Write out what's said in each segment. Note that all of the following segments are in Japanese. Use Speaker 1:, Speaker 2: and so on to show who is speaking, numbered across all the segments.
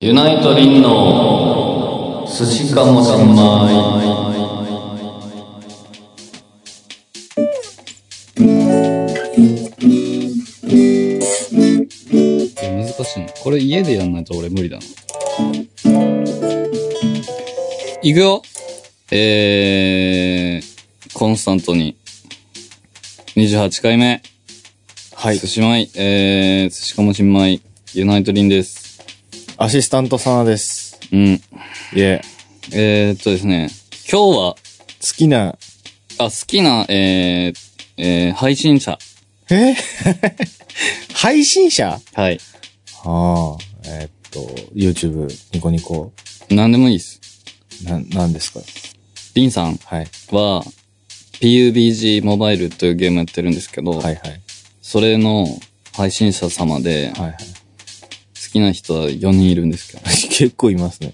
Speaker 1: ユナイトリンの寿司かもしんまい。難しいな。これ家でやんないと俺無理だな。いくよ。えー、コンスタントに。28回目。
Speaker 2: は
Speaker 1: 寿司まい。えー、寿司かもしんまい。ユナイトリンです。
Speaker 2: アシスタントサナです。
Speaker 1: うん。
Speaker 2: いえ。
Speaker 1: えー、っとですね。今日は、
Speaker 2: 好きな、
Speaker 1: あ、好きな、えー、えー、配信者。
Speaker 2: え 配信者
Speaker 1: はい。
Speaker 2: ああ、えーっと、YouTube、ニコニコ、
Speaker 1: 何でもいいです。
Speaker 2: な、なんですか
Speaker 1: リンさん
Speaker 2: はい。
Speaker 1: は、PUBG モバイルというゲームやってるんですけど、
Speaker 2: はいはい。
Speaker 1: それの配信者様で、好
Speaker 2: はいはい。
Speaker 1: きな人は4人いるんですけど、
Speaker 2: 結構いますね。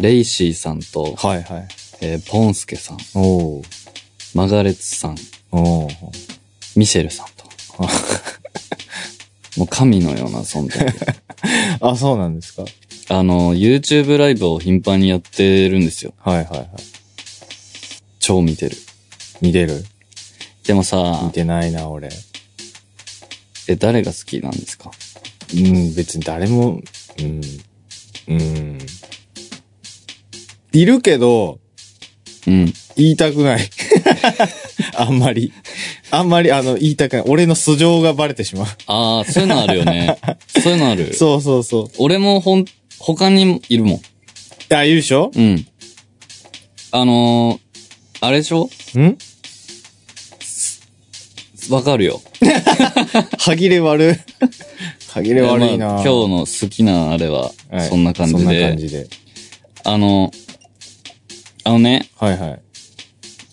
Speaker 1: レイシーさんと、
Speaker 2: はいはい。
Speaker 1: えーポンスケさん、
Speaker 2: おー。
Speaker 1: マガレツさん、
Speaker 2: おー。
Speaker 1: ミシェルさん と。もう神のような存 在で。
Speaker 2: あ、そうなんですか
Speaker 1: あの、YouTube ライブを頻繁にやってるんですよ。
Speaker 2: はいはいはい。
Speaker 1: 超見てる。
Speaker 2: 見てる
Speaker 1: でも
Speaker 2: 見
Speaker 1: さ、
Speaker 2: てないな、俺。
Speaker 1: え、誰が好きなんですか
Speaker 2: うん、別に誰も、うん、うん。いるけど、
Speaker 1: うん。
Speaker 2: 言いたくない。 あんまり。あんまり、あの、言いたくない。俺の素性がバレてしまう。
Speaker 1: ああ、そういうのあるよね。そういうのある。
Speaker 2: そうそうそ
Speaker 1: 俺もほん、他にもいるもん。
Speaker 2: う。あ、言うでしょ
Speaker 1: うん。あのー、あれでしょ
Speaker 2: ん
Speaker 1: わかるよ。
Speaker 2: 歯切れ悪い。 歯切れ悪い
Speaker 1: ま
Speaker 2: な
Speaker 1: あ今日の好きなあれは、
Speaker 2: はい
Speaker 1: そんな感じ
Speaker 2: そんな
Speaker 1: で。
Speaker 2: 感じで。
Speaker 1: あの、あのね、
Speaker 2: はいはい。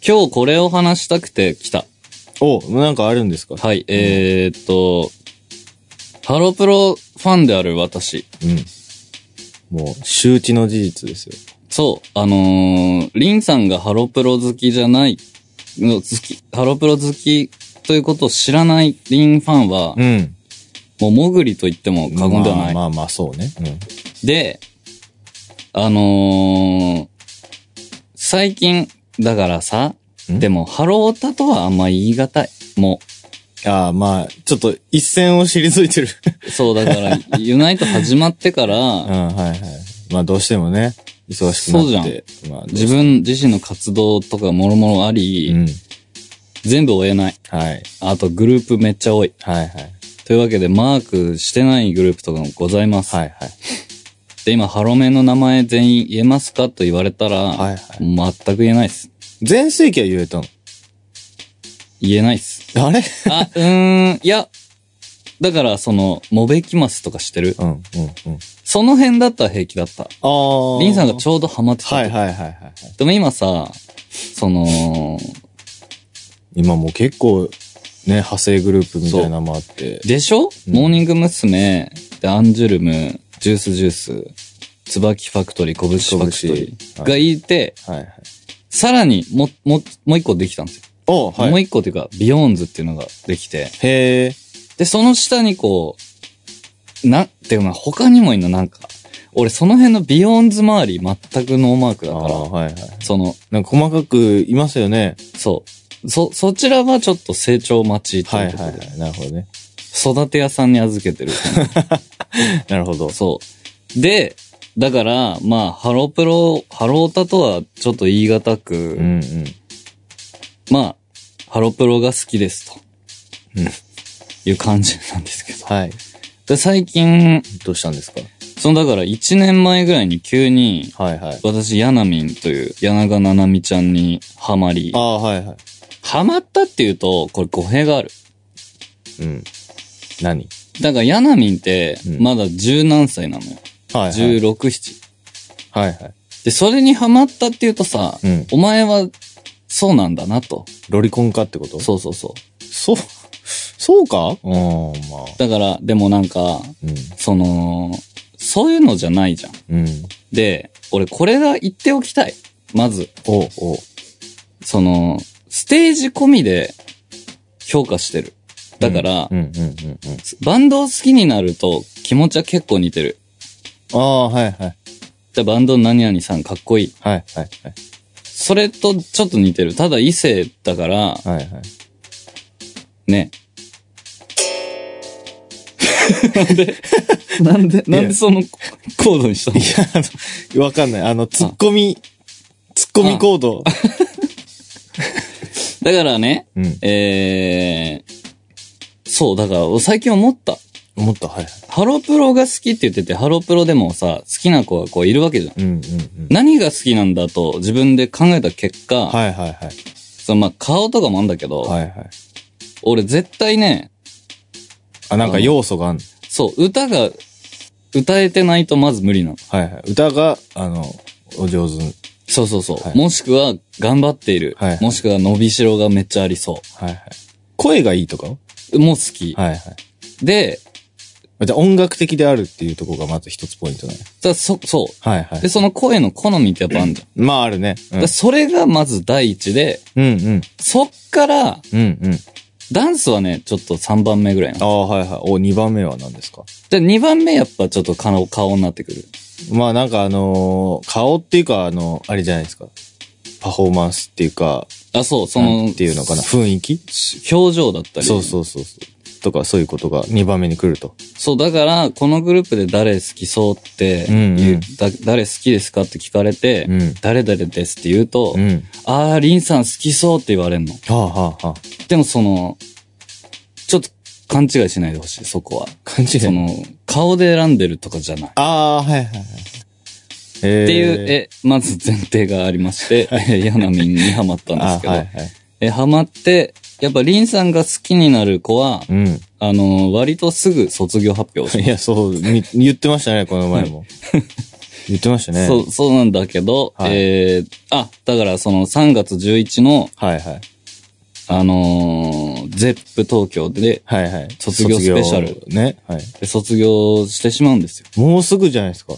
Speaker 1: 今日これを話したくて来た。
Speaker 2: お、なんかあるんですか
Speaker 1: はい、えー、っと、ハロプロファンである私。
Speaker 2: うん。もう、周知の事実ですよ。
Speaker 1: そう、あのー、リンさんがハロプロ好きじゃない、の好き、ハロプロ好きということを知らないリンファンは、
Speaker 2: うん。
Speaker 1: もうもぐりと言っても過言ではない。
Speaker 2: まあまあまあ、そうね。うん。
Speaker 1: で、あのー、最近、だからさ、
Speaker 2: ん
Speaker 1: でも、ハロータとはあんま言い難い。も
Speaker 2: ああ、まあ、ちょっと一線を退いてる。
Speaker 1: う、そうだから、ユナイト始まってか
Speaker 2: うん、
Speaker 1: ら、
Speaker 2: はいはい。まあ、どうしてもね、忙しくなって。そうじゃん。まあ、
Speaker 1: 自分自身の活動とかもろもろあり、
Speaker 2: うん。
Speaker 1: 全部追えない。
Speaker 2: はい。
Speaker 1: あと、グループめっちゃ多い。
Speaker 2: はいはい。
Speaker 1: というわけで、マークしてないグループとかもございます。
Speaker 2: はいはい。
Speaker 1: で、今、ハロメンの名前全員言えますかと言われたら、
Speaker 2: はい
Speaker 1: 全く言えないです。
Speaker 2: 前世紀は言えたの。
Speaker 1: 言えないです。
Speaker 2: あれ
Speaker 1: あ、うーん、いや、だから、その、モベキマスとかしてる
Speaker 2: うん、うん、うん。
Speaker 1: その辺だったら平気だった。
Speaker 2: ああ。
Speaker 1: リンさんが
Speaker 2: ょ
Speaker 1: ちょうどハマってた時。
Speaker 2: はいはいはいはいはい。
Speaker 1: でも今さ、その、
Speaker 2: 今もう結構、ね、派生グループみたいなのもあって。
Speaker 1: でしょ、
Speaker 2: うん
Speaker 1: モーニング娘。で、アンジュルム、ジュースジュース、椿ファクトリー、拳ファクトリー
Speaker 2: は
Speaker 1: が
Speaker 2: い
Speaker 1: いて、
Speaker 2: はいはい。
Speaker 1: さらにも、も、もう一個できたんですよ。
Speaker 2: おはい。
Speaker 1: もう一個っていうか、ビヨーンズっていうのができて、
Speaker 2: へえ。
Speaker 1: で、その下にこう、な、ていうかまあ他にもいんの、なんか。俺、その辺のビヨーンズ周り全くノーマーク
Speaker 2: あ
Speaker 1: だ
Speaker 2: あ
Speaker 1: か
Speaker 2: はいはい。
Speaker 1: ら、その、
Speaker 2: なんか細かくいますよね。
Speaker 1: そう。そ、そちらはちょっと成長待ちと
Speaker 2: はいいう
Speaker 1: こと
Speaker 2: はい
Speaker 1: で、
Speaker 2: はい。なるほどね。
Speaker 1: 育て屋さんに預けてる。
Speaker 2: なるほど。
Speaker 1: そう。で、だから、まあ、ハロプロ、ハロータとはちょっと言い難く、
Speaker 2: うんうん。
Speaker 1: まあ、ハロプロが好きですと。
Speaker 2: うん
Speaker 1: いう感じなんですけど。
Speaker 2: はい。
Speaker 1: で、最近、
Speaker 2: どうしたんですか
Speaker 1: そのだから1年前ぐらいに急に、
Speaker 2: はいはい。
Speaker 1: 私、ヤナミンという、柳川ななみちゃんにハマり
Speaker 2: あ、あはいはい。
Speaker 1: ハマったっていうと、これ語弊がある。
Speaker 2: うん。何
Speaker 1: だから、ヤナミンって
Speaker 2: う、ん
Speaker 1: まだ十何歳なのよ。
Speaker 2: はいはい。
Speaker 1: 16、7。
Speaker 2: はいはい。
Speaker 1: で、それにハマったっていうとさ、
Speaker 2: うん。
Speaker 1: お前は、そうなんだなと。
Speaker 2: ロリコンかってこと
Speaker 1: そうそうそう。
Speaker 2: そう、そうかうん、まあ。
Speaker 1: だから、でもなんか、
Speaker 2: う
Speaker 1: その、そういうのじゃないじゃん。
Speaker 2: ん。うん。
Speaker 1: で、俺、これが言っておきたい。まず、
Speaker 2: おお
Speaker 1: その、ステージ込みで、評価してる。だから、
Speaker 2: うんうんうんうん。
Speaker 1: バンドを好きになると気持ちは結構似てる。
Speaker 2: ああ、はいはい。
Speaker 1: じゃあバンド何々さんかっこいい。
Speaker 2: はいはい
Speaker 1: それとちょっと似てる。ただ異性だから、
Speaker 2: はい。はいはい。
Speaker 1: ね。なんで、なんで、なんでそのコードにしたの
Speaker 2: いや、 あの、わかんない。あの、突っ込み、突っ込み行動。
Speaker 1: だからね、
Speaker 2: うん。
Speaker 1: えー、そう、だから最近思った。
Speaker 2: 思った、はいは
Speaker 1: ハロプロが好きって言ってて、ハロプロでもさ、好きな子がこういるわけじゃん。
Speaker 2: い。うんうんうん。
Speaker 1: 何が好きなんだと自分で考えた結果、
Speaker 2: はいはいはい。
Speaker 1: そのまあ顔とかもあんだけど、
Speaker 2: はいはい。
Speaker 1: 俺絶対ね、
Speaker 2: あ、なんか要素があんの
Speaker 1: そう、歌が、歌えてないとまず無理なの。
Speaker 2: はいはい。歌が、あの、お上手。
Speaker 1: そうそうそう。
Speaker 2: はい
Speaker 1: もしくは、頑張っている。
Speaker 2: はい
Speaker 1: もしくは、伸びしろがめっちゃありそ
Speaker 2: はいはい。声がいいとかは
Speaker 1: う。もう好き。
Speaker 2: はいはい。
Speaker 1: で、
Speaker 2: じゃあ音楽的であるっていうところがまず一つポイントだね。
Speaker 1: だそ、そ
Speaker 2: はいは
Speaker 1: う。で、。その声の好みってやっぱあるじゃん。
Speaker 2: まああるね。うん
Speaker 1: だそれがまず第一で、
Speaker 2: うんうん。
Speaker 1: そっから、
Speaker 2: うんうん。
Speaker 1: ダンスはね、ちょっと3番目ぐらいな
Speaker 2: あ
Speaker 1: の。
Speaker 2: あ、はいはい。お、二番目は何ですか
Speaker 1: で、2番目やっぱちょっと顔、顔になってくる。
Speaker 2: まあなんかあのー顔っていうかあの、あれじゃないですか。パフォーマンスっていうか、
Speaker 1: あ、そう、そ
Speaker 2: な
Speaker 1: の、
Speaker 2: んていうのかな。雰囲気
Speaker 1: 表情だったり。
Speaker 2: そうそうそうそう。とかそういうことが二番目に来ると。
Speaker 1: そう、だから、このグループで誰好きそうって
Speaker 2: うん
Speaker 1: 言う、
Speaker 2: うん
Speaker 1: だ誰好きですかって聞かれて、
Speaker 2: うん
Speaker 1: 誰々ですって言うと、
Speaker 2: うん。
Speaker 1: あー、リンさん好きそうって言われんの。
Speaker 2: はあはあはあ。
Speaker 1: でもその、ちょっと勘違いしないでほしい、そこは。
Speaker 2: 感じ
Speaker 1: その、顔で選んでるとかじゃない。っ
Speaker 2: ああ、はいはいはい。って
Speaker 1: ていう、え、まず前提がありま して、えヤナミンにハマったんですけど、
Speaker 2: あはいはい。
Speaker 1: え、ハマって、やっぱリンさんが好きになる子は、
Speaker 2: うん。
Speaker 1: あの、割とすぐ卒業発表をし
Speaker 2: いや、そう、み言ってましたね、この 前も。言ってましたね。
Speaker 1: そう、そうなんだけど、
Speaker 2: はい
Speaker 1: えー、あ、だからその3月11の、
Speaker 2: はいはい。
Speaker 1: あのー、ゼップ東京で、
Speaker 2: はいはい。
Speaker 1: 卒業スペシャル
Speaker 2: 卒業ね。はい。
Speaker 1: で卒業してしまうんですよ。
Speaker 2: もうすぐじゃないですか。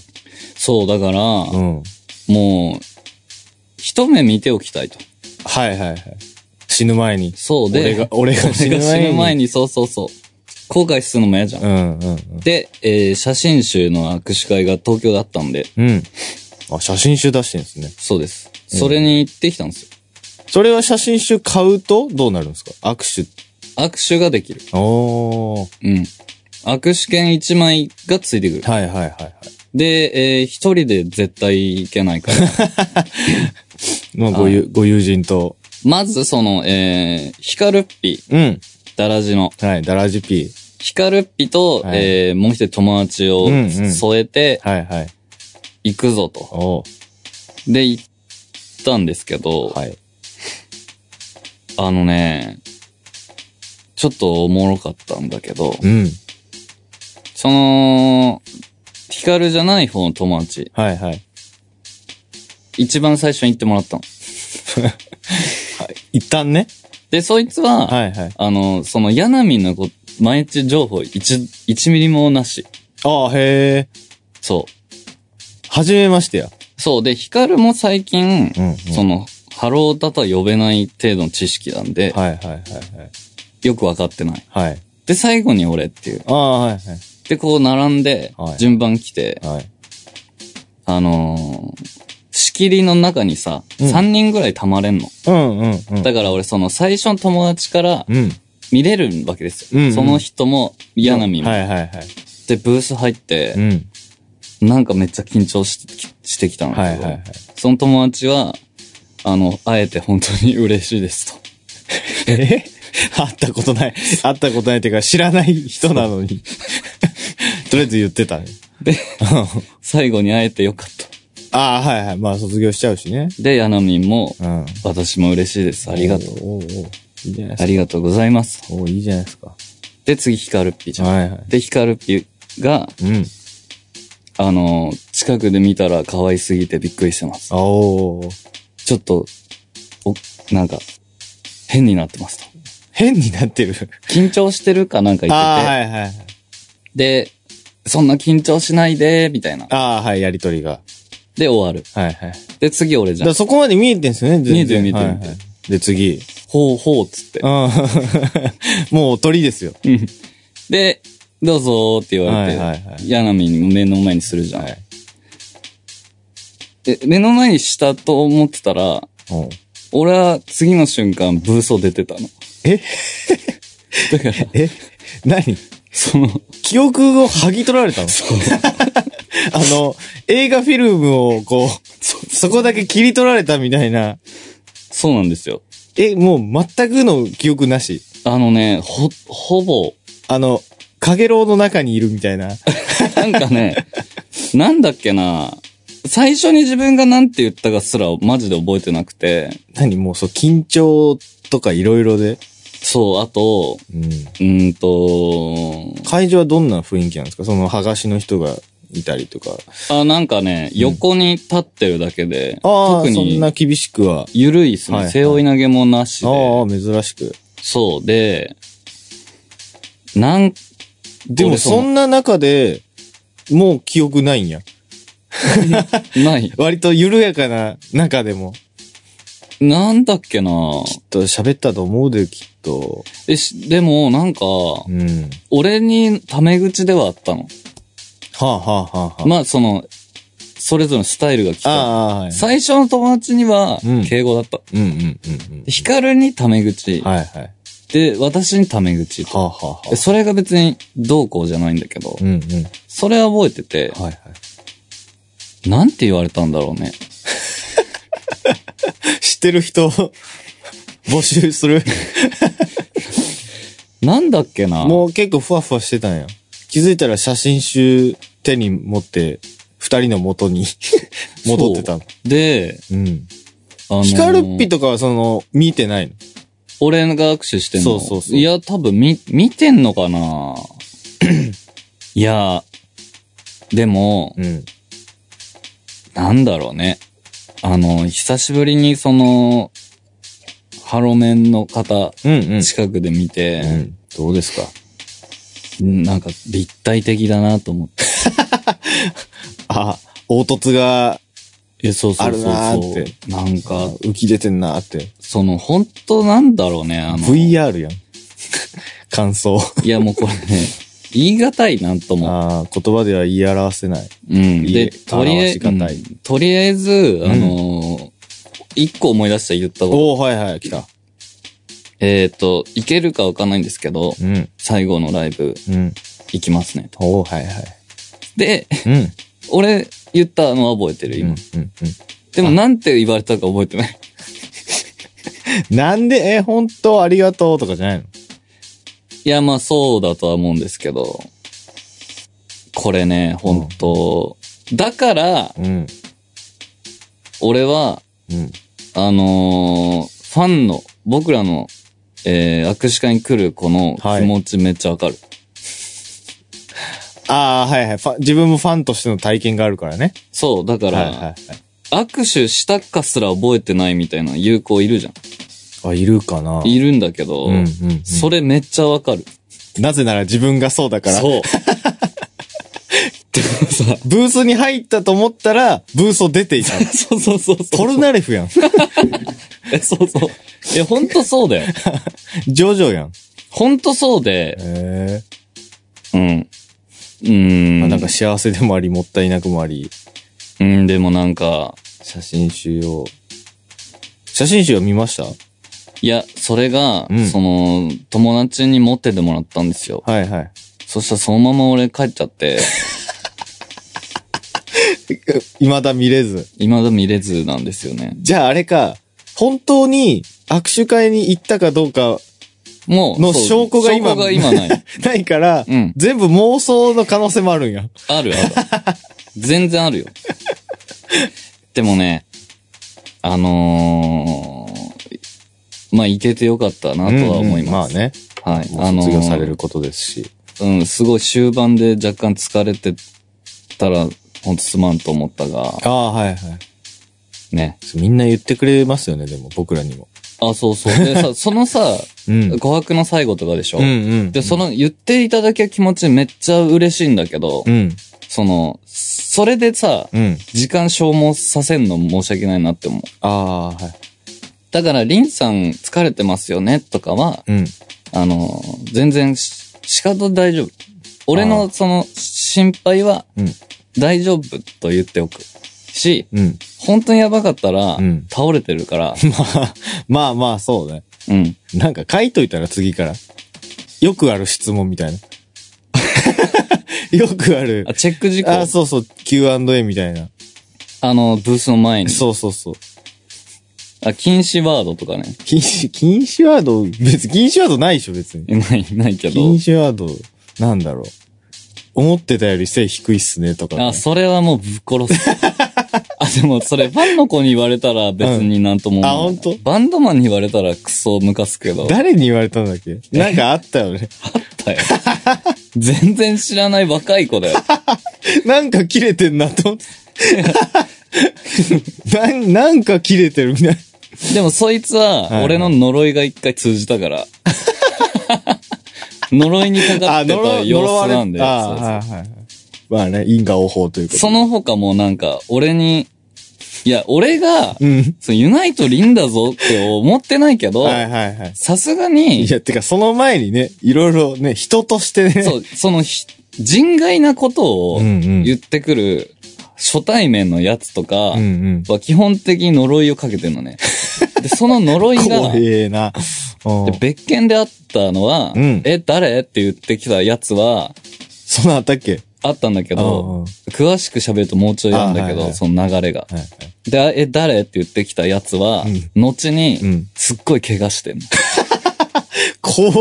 Speaker 1: そう、だから、
Speaker 2: うん。
Speaker 1: もう、一目見ておきたいと。
Speaker 2: はいはいはい。死ぬ前に。
Speaker 1: そうで、
Speaker 2: 俺が、俺が死
Speaker 1: 俺
Speaker 2: ぬ
Speaker 1: が
Speaker 2: 前
Speaker 1: 死
Speaker 2: に。
Speaker 1: ぬ前に、そうそうそう。後悔するのも嫌じゃん。
Speaker 2: うんうん
Speaker 1: で、えー写真集の握手会が東京だったんで、
Speaker 2: うん。うん。あ、写真集出してるんですね。
Speaker 1: そうです。それに行ってきたんですよ。
Speaker 2: それは写真集買うとどうなるんですか握手。
Speaker 1: 握手ができる。
Speaker 2: おー。
Speaker 1: うん。握手券1枚がついてくる。
Speaker 2: はいはいはいはい。
Speaker 1: で、えー一人で絶対行けないから。
Speaker 2: まあ、ごゆ、ご友人と。
Speaker 1: まず、その、えー、ヒカルッピ、
Speaker 2: うん。
Speaker 1: ダラジの。
Speaker 2: はい、ダラジピ
Speaker 1: ヒカルッピと、
Speaker 2: はい
Speaker 1: えー、もう一人友達を
Speaker 2: うんうん
Speaker 1: 添えて、
Speaker 2: ー。はいはい。
Speaker 1: 行くぞと。
Speaker 2: おー。
Speaker 1: で、行ったんですけど、
Speaker 2: はい。
Speaker 1: あのね、ちょっとおもろかったんだけど、
Speaker 2: うん。
Speaker 1: その、ヒカルじゃない方の友達、
Speaker 2: はいはい。
Speaker 1: 一番最初に行ってもらったの。
Speaker 2: 一旦ね。
Speaker 1: で、そいつは、
Speaker 2: はいはい。
Speaker 1: あの、その、ヤナミンのこ毎日情報1、一ミリもなし。
Speaker 2: ああ、へえ。
Speaker 1: そう。
Speaker 2: はじめましてや。
Speaker 1: そう。で、ヒカルも最近、
Speaker 2: ん、うん
Speaker 1: その、ハロータとは呼べない程度の知識なんで、
Speaker 2: はいはいはい
Speaker 1: よくわかってない。
Speaker 2: はい。はい。
Speaker 1: で、最後に俺っていう。
Speaker 2: ああ、はいは
Speaker 1: で、こう並んで
Speaker 2: は、い
Speaker 1: 順番来て、
Speaker 2: い。はい。
Speaker 1: あのー仕切りの中にさ、
Speaker 2: うん
Speaker 1: 3人ぐらい溜まれんの。
Speaker 2: うんうんうん。
Speaker 1: だから俺その最初の友達から
Speaker 2: うん。
Speaker 1: 見れるわけですよ。
Speaker 2: うんうん
Speaker 1: その人も、ヤナミも。
Speaker 2: はいはいはい。
Speaker 1: で、ブース入って
Speaker 2: う、ん。
Speaker 1: なんかめっちゃ緊張してきしてきたんだ
Speaker 2: はい
Speaker 1: け
Speaker 2: はい
Speaker 1: ど、
Speaker 2: はい。
Speaker 1: その友達は、あの、会えて本当に嬉しいですと。
Speaker 2: え 会ったことない。会ったことないっていうか、知らない人なの に。とりあえず言ってたね。
Speaker 1: で、最後に会えてよかった。
Speaker 2: ああ、はいはい。まあ、卒業しちゃうしね。
Speaker 1: で、ヤナミンも、
Speaker 2: うん。
Speaker 1: 私も嬉しいです。ありがとう。
Speaker 2: う。おうおういいじゃないです
Speaker 1: あ
Speaker 2: か。
Speaker 1: りがとうございます。
Speaker 2: おういいじゃないですか。
Speaker 1: で、次、ヒカルッピじゃん。
Speaker 2: はいはい。
Speaker 1: で、ヒカルッピが、
Speaker 2: うん。
Speaker 1: あのー近くで見たら可愛すぎてびっくりしてます。
Speaker 2: あおう
Speaker 1: ちょっと、お、なんか、変になってますと。
Speaker 2: 変になってる。
Speaker 1: 緊張してるかなんか言
Speaker 2: あ
Speaker 1: っ
Speaker 2: あ、
Speaker 1: てて、
Speaker 2: はいはい。
Speaker 1: で、そんな緊張しないで、みたいな。
Speaker 2: ああ、はい、やりとりが。
Speaker 1: で、終わる。
Speaker 2: はいはい。
Speaker 1: で、次俺じゃ
Speaker 2: だか
Speaker 1: ん
Speaker 2: ら。そこまで見えてんすよね、
Speaker 1: 見えてる
Speaker 2: 全然
Speaker 1: 見えてる
Speaker 2: はいはい
Speaker 1: 見えて
Speaker 2: で、次。
Speaker 1: ほうほうっつって
Speaker 2: う。ん。 もう鳥ですよ。
Speaker 1: で、どうぞーって言われて、
Speaker 2: はいはいはい
Speaker 1: ヤナミン目の前にするじゃん。
Speaker 2: はい
Speaker 1: え、目の前にしたと思ってたら、
Speaker 2: うん。
Speaker 1: 俺は次の瞬間、ブーソ出てたの。
Speaker 2: え
Speaker 1: だから、
Speaker 2: え 何
Speaker 1: その、
Speaker 2: 記憶を剥ぎ取られたの あの、映画フィルムをこう、そ、そこだけ切り取られたみたいな。
Speaker 1: そうなんですよ。
Speaker 2: え、もう全くの記憶なし。
Speaker 1: あのね、ほ、ほぼ、
Speaker 2: あの、かげろうの中にいるみたい な。
Speaker 1: なんか ね、なんだっけな、最初に自分が何て言ったかすらマジで覚えてなくて、
Speaker 2: 何もうそう、緊張とかいろいろで。
Speaker 1: そう、あと、
Speaker 2: うん。
Speaker 1: うーんと、
Speaker 2: 会場はどんな雰囲気なんですかその、剥がしの人がいたりとか。
Speaker 1: あ、なんかね、横に立ってるだけで、
Speaker 2: ああ、
Speaker 1: 特
Speaker 2: そん
Speaker 1: に
Speaker 2: な、厳しくは。
Speaker 1: ゆるいですね、
Speaker 2: はいはい
Speaker 1: 背負い投げもなしで、
Speaker 2: ああ、珍しく。
Speaker 1: そうで、なん、
Speaker 2: でも、
Speaker 1: 俺その
Speaker 2: そんな中で、もう記憶ないんや。
Speaker 1: ない、
Speaker 2: 割と緩やかな中でも。
Speaker 1: なんだっけな
Speaker 2: きっと喋ったと思うで、きっと。
Speaker 1: えしでも、なんか、
Speaker 2: うん。
Speaker 1: 俺にタメ口ではあったの。
Speaker 2: はあ、はあはあはあ、
Speaker 1: まあ、その、それぞれのスタイルが来
Speaker 2: あ
Speaker 1: た。
Speaker 2: あ、はい。
Speaker 1: 最初の友達には
Speaker 2: うん、
Speaker 1: 敬語だった。
Speaker 2: うんうんうんうん。
Speaker 1: ヒカルにタメ口。
Speaker 2: はいはい。は
Speaker 1: で、私にタメ口と。
Speaker 2: あ、はあはあ
Speaker 1: でそれが別にどうこうじゃないんだけど、
Speaker 2: うんうん。
Speaker 1: それは覚えてて、
Speaker 2: はいはい。
Speaker 1: なんて言われたんだろうね。
Speaker 2: 知ってる人を募集する。
Speaker 1: なんだっけな。
Speaker 2: もう結構ふわふわしてたんや。気づいたら写真集手に持って、二人の元 に戻ってたの。
Speaker 1: で、
Speaker 2: うん。
Speaker 1: あのー
Speaker 2: ヒカルッピとかはその、見てないの。
Speaker 1: 俺が握手してんの。
Speaker 2: そうそうそう
Speaker 1: いや、多分み、見てんのか ないや、でも、
Speaker 2: うん。
Speaker 1: なんだろうね。あの、久しぶりにその、ハロメンの方、
Speaker 2: うんうん。
Speaker 1: 近くで見て、
Speaker 2: うんどうですか
Speaker 1: なんか立体的だなと思って。
Speaker 2: あ、凹凸が
Speaker 1: え、そうそうそうそう。
Speaker 2: あるなーって
Speaker 1: なんか、
Speaker 2: 浮き出てんなって。
Speaker 1: その、本当なんだろうね、あの。
Speaker 2: VR やん。感想。
Speaker 1: いや、もうこれね、言い難いなんとも。
Speaker 2: ああ、言葉では言い表せない。
Speaker 1: うん。で、
Speaker 2: 言い
Speaker 1: とりあえず、
Speaker 2: 表しがたい
Speaker 1: うんとりあえず、あのー一個思い出した言ったこと。
Speaker 2: おおはいはい、来た。
Speaker 1: えっ、と、いけるかわかんないんですけど、
Speaker 2: うん。
Speaker 1: 最後のライブ
Speaker 2: うん。
Speaker 1: 行きますねと。
Speaker 2: おおはいはい。
Speaker 1: で、
Speaker 2: うん。
Speaker 1: 俺言ったのは覚えてる、
Speaker 2: うん
Speaker 1: 今。
Speaker 2: うん
Speaker 1: でも、なんて言われたか覚えてない。
Speaker 2: うん。なんで、え、本当ありがとうとかじゃないの
Speaker 1: いや、まあそうだとは思うんですけど、これね、本当、だから、
Speaker 2: うん。
Speaker 1: 俺は、
Speaker 2: うん。
Speaker 1: あのーファンの、僕らの、えー、握手会に来る子の
Speaker 2: はい
Speaker 1: 気持ちめっちゃわかる。
Speaker 2: ああ、はいはい。ファン自分もファンとしての体験があるからね。
Speaker 1: そう、だか
Speaker 2: はい
Speaker 1: ら、
Speaker 2: はいはい。
Speaker 1: 握手したかすら覚えてないみたいな友好いるじゃん。
Speaker 2: あ、いるかない
Speaker 1: るんだけど、
Speaker 2: うんうんうん。
Speaker 1: それめっちゃわかる。
Speaker 2: なぜなら自分がそう だから。
Speaker 1: そう。でもさ、
Speaker 2: ブースに入ったと思ったら、ブースを出てい たの。
Speaker 1: そうそうそうそう。
Speaker 2: トルナレフやん。
Speaker 1: えそうそう。え、ほんとそうだよ。
Speaker 2: ジョジョやん。
Speaker 1: ほんとそうで、
Speaker 2: へ
Speaker 1: うん。う
Speaker 2: え。
Speaker 1: ー
Speaker 2: あ
Speaker 1: ん。
Speaker 2: なんか幸せでもあり、もったいなくもあり、
Speaker 1: うん、でもなんか、
Speaker 2: 写真集を。写真集を見ました
Speaker 1: いや、それが、
Speaker 2: うん
Speaker 1: その、友達に持っててもらったんですよ。
Speaker 2: はいはい。
Speaker 1: そしたらそのまま俺帰っちゃ って、
Speaker 2: 未だ見れず。
Speaker 1: 未だ見れずなんですよね。
Speaker 2: じゃああれか、本当に握手会に行ったかどうか
Speaker 1: もう、
Speaker 2: の
Speaker 1: そう
Speaker 2: 証拠が今
Speaker 1: 証拠が今ない。
Speaker 2: ないから、
Speaker 1: うん
Speaker 2: 全部妄想の可能性もあるんや。
Speaker 1: あ るある。全然あるよ。でもね、あのー、まあ、いけてよかったなとは思い
Speaker 2: うんうんま
Speaker 1: ま
Speaker 2: あ
Speaker 1: す。
Speaker 2: ね、
Speaker 1: はい。
Speaker 2: もう卒業されることですし。
Speaker 1: うん、すごい終盤で若干疲れてたら、ほんとすまんと思ったが、
Speaker 2: ああ、はいはい。
Speaker 1: ね。
Speaker 2: みんな言ってくれますよね、でも僕らにも。
Speaker 1: あ、そうそう。で さ、そのさ、
Speaker 2: うん。
Speaker 1: 琥珀の最後とかでしょ、
Speaker 2: うんうん。
Speaker 1: で、その言っていただけ気持ちめっちゃ嬉しいんだけど、
Speaker 2: うん。
Speaker 1: その、それでさ、
Speaker 2: うん。
Speaker 1: 時間消耗させんの申し訳ないなって思う。
Speaker 2: ああ、はい。
Speaker 1: だから、リンさん疲れてますよねとかは、
Speaker 2: うん。
Speaker 1: あの、全然し、仕方大丈夫。俺
Speaker 2: あ
Speaker 1: の
Speaker 2: ー
Speaker 1: その心配は
Speaker 2: うん。
Speaker 1: 大丈夫と言っておく。し、
Speaker 2: うん。
Speaker 1: 本当にやばかったら、
Speaker 2: うん
Speaker 1: 倒れてる から、
Speaker 2: まあ、まあまあ、そうね。
Speaker 1: うん。
Speaker 2: なんか書いといたら次から。よくある質問みたいな。 よくある
Speaker 1: あ、。チェック事項。
Speaker 2: あ、
Speaker 1: あ
Speaker 2: そうそう、Q&A みたいな。
Speaker 1: の、ブースの前に。
Speaker 2: そうそうそう。
Speaker 1: あ、禁止ワードとかね。
Speaker 2: 禁止、禁止ワード、別に禁止ワードないでしょ、別に。
Speaker 1: えない、ないけ
Speaker 2: 禁
Speaker 1: ど。
Speaker 2: 止ワード、なんだろう。思ってたより背低いっすね、とかね、
Speaker 1: あ、それはもうぶっ殺 す。あ、でもそれ、ファンの子に言われたら別になんとも思わない、
Speaker 2: うんあ本当
Speaker 1: バンドマンに言われたらクソムカつくけど。あっ
Speaker 2: 誰に言われたんだっけなんかあったよね。
Speaker 1: たよ。全然知らない若い子だよ。
Speaker 2: なんか切れてんなと思 って。 なん、なんか切れてるみたいな。
Speaker 1: でもそいつは、
Speaker 2: い
Speaker 1: 俺の呪いが一回通じたから。呪いにかかってた様子なんで。
Speaker 2: ああ、
Speaker 1: そうそう
Speaker 2: はいはいはい。まあね、因果応報ということで。
Speaker 1: その他もなんか、俺に、いや、俺が、
Speaker 2: うん。
Speaker 1: そのユナイトリンだぞって思ってないけど、
Speaker 2: はいはいはい。
Speaker 1: さすがに
Speaker 2: い、や、てかその前にね、いろいろね、人としてね。
Speaker 1: そう、そのひ、人外なことを
Speaker 2: うんうん
Speaker 1: 言ってくる初対面のやつとか
Speaker 2: うんうん。
Speaker 1: は基本的に呪いをかけてるのね。で、その呪いが
Speaker 2: 怖、えな。うん
Speaker 1: で別件であったのは、
Speaker 2: うん
Speaker 1: え、誰って言ってきたやつは、
Speaker 2: そんなんあったっけ
Speaker 1: あったんだけ
Speaker 2: うんうん
Speaker 1: ど、詳しく喋るともうちょいあるんだけ
Speaker 2: あはいは
Speaker 1: ど、
Speaker 2: い
Speaker 1: その流れが。
Speaker 2: はいはい。
Speaker 1: で、え、誰って言ってきたやつは、
Speaker 2: う
Speaker 1: 後に、
Speaker 2: うん
Speaker 1: すっごい怪我してんの。
Speaker 2: 怖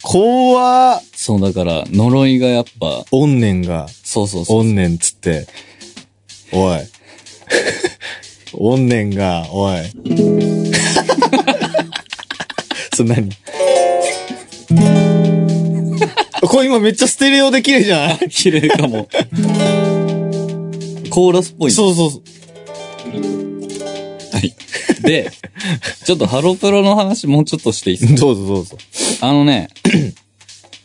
Speaker 2: 怖
Speaker 1: そう、だから、呪いがやっぱ、
Speaker 2: 怨念が、
Speaker 1: そうそうそう。
Speaker 2: 怨念つって、おい。 怨念が、おい。 それ何これ今めっちゃステレオで綺麗じゃ ない
Speaker 1: 綺麗か も。コーラスっぽい。
Speaker 2: そうそうそう。
Speaker 1: はい。で、ちょっとハロプロの話もうちょっとしていいですか
Speaker 2: どうぞどうぞ。
Speaker 1: あのね、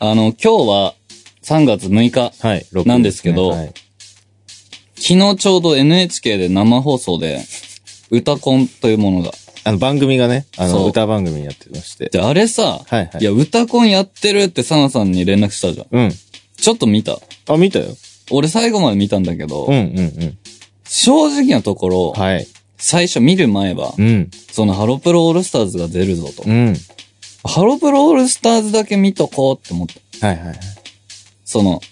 Speaker 1: あの、今日は3月6日、
Speaker 2: はい、録音
Speaker 1: なんですけど
Speaker 2: ねはい
Speaker 1: 昨日ちょうど NHK で生放送で、歌コンというものが。
Speaker 2: あの、番組がね、あ
Speaker 1: そ
Speaker 2: の、
Speaker 1: う
Speaker 2: 歌番組やってまして。
Speaker 1: で、あれさ、
Speaker 2: はいはい
Speaker 1: や、歌コンやってるってサナさんに連絡したじゃん。
Speaker 2: うん。
Speaker 1: ちょっと見た。
Speaker 2: あ、見たよ。
Speaker 1: 俺最後まで見たんだけど、
Speaker 2: うんうんうん。
Speaker 1: 正直なところ、
Speaker 2: はい。
Speaker 1: 最初見る前は、
Speaker 2: うん。
Speaker 1: そのハロプロオールスターズが出るぞと。
Speaker 2: うん。はい
Speaker 1: ハロプロオールスターズだけ見とこうって思った。
Speaker 2: はいはい。
Speaker 1: その、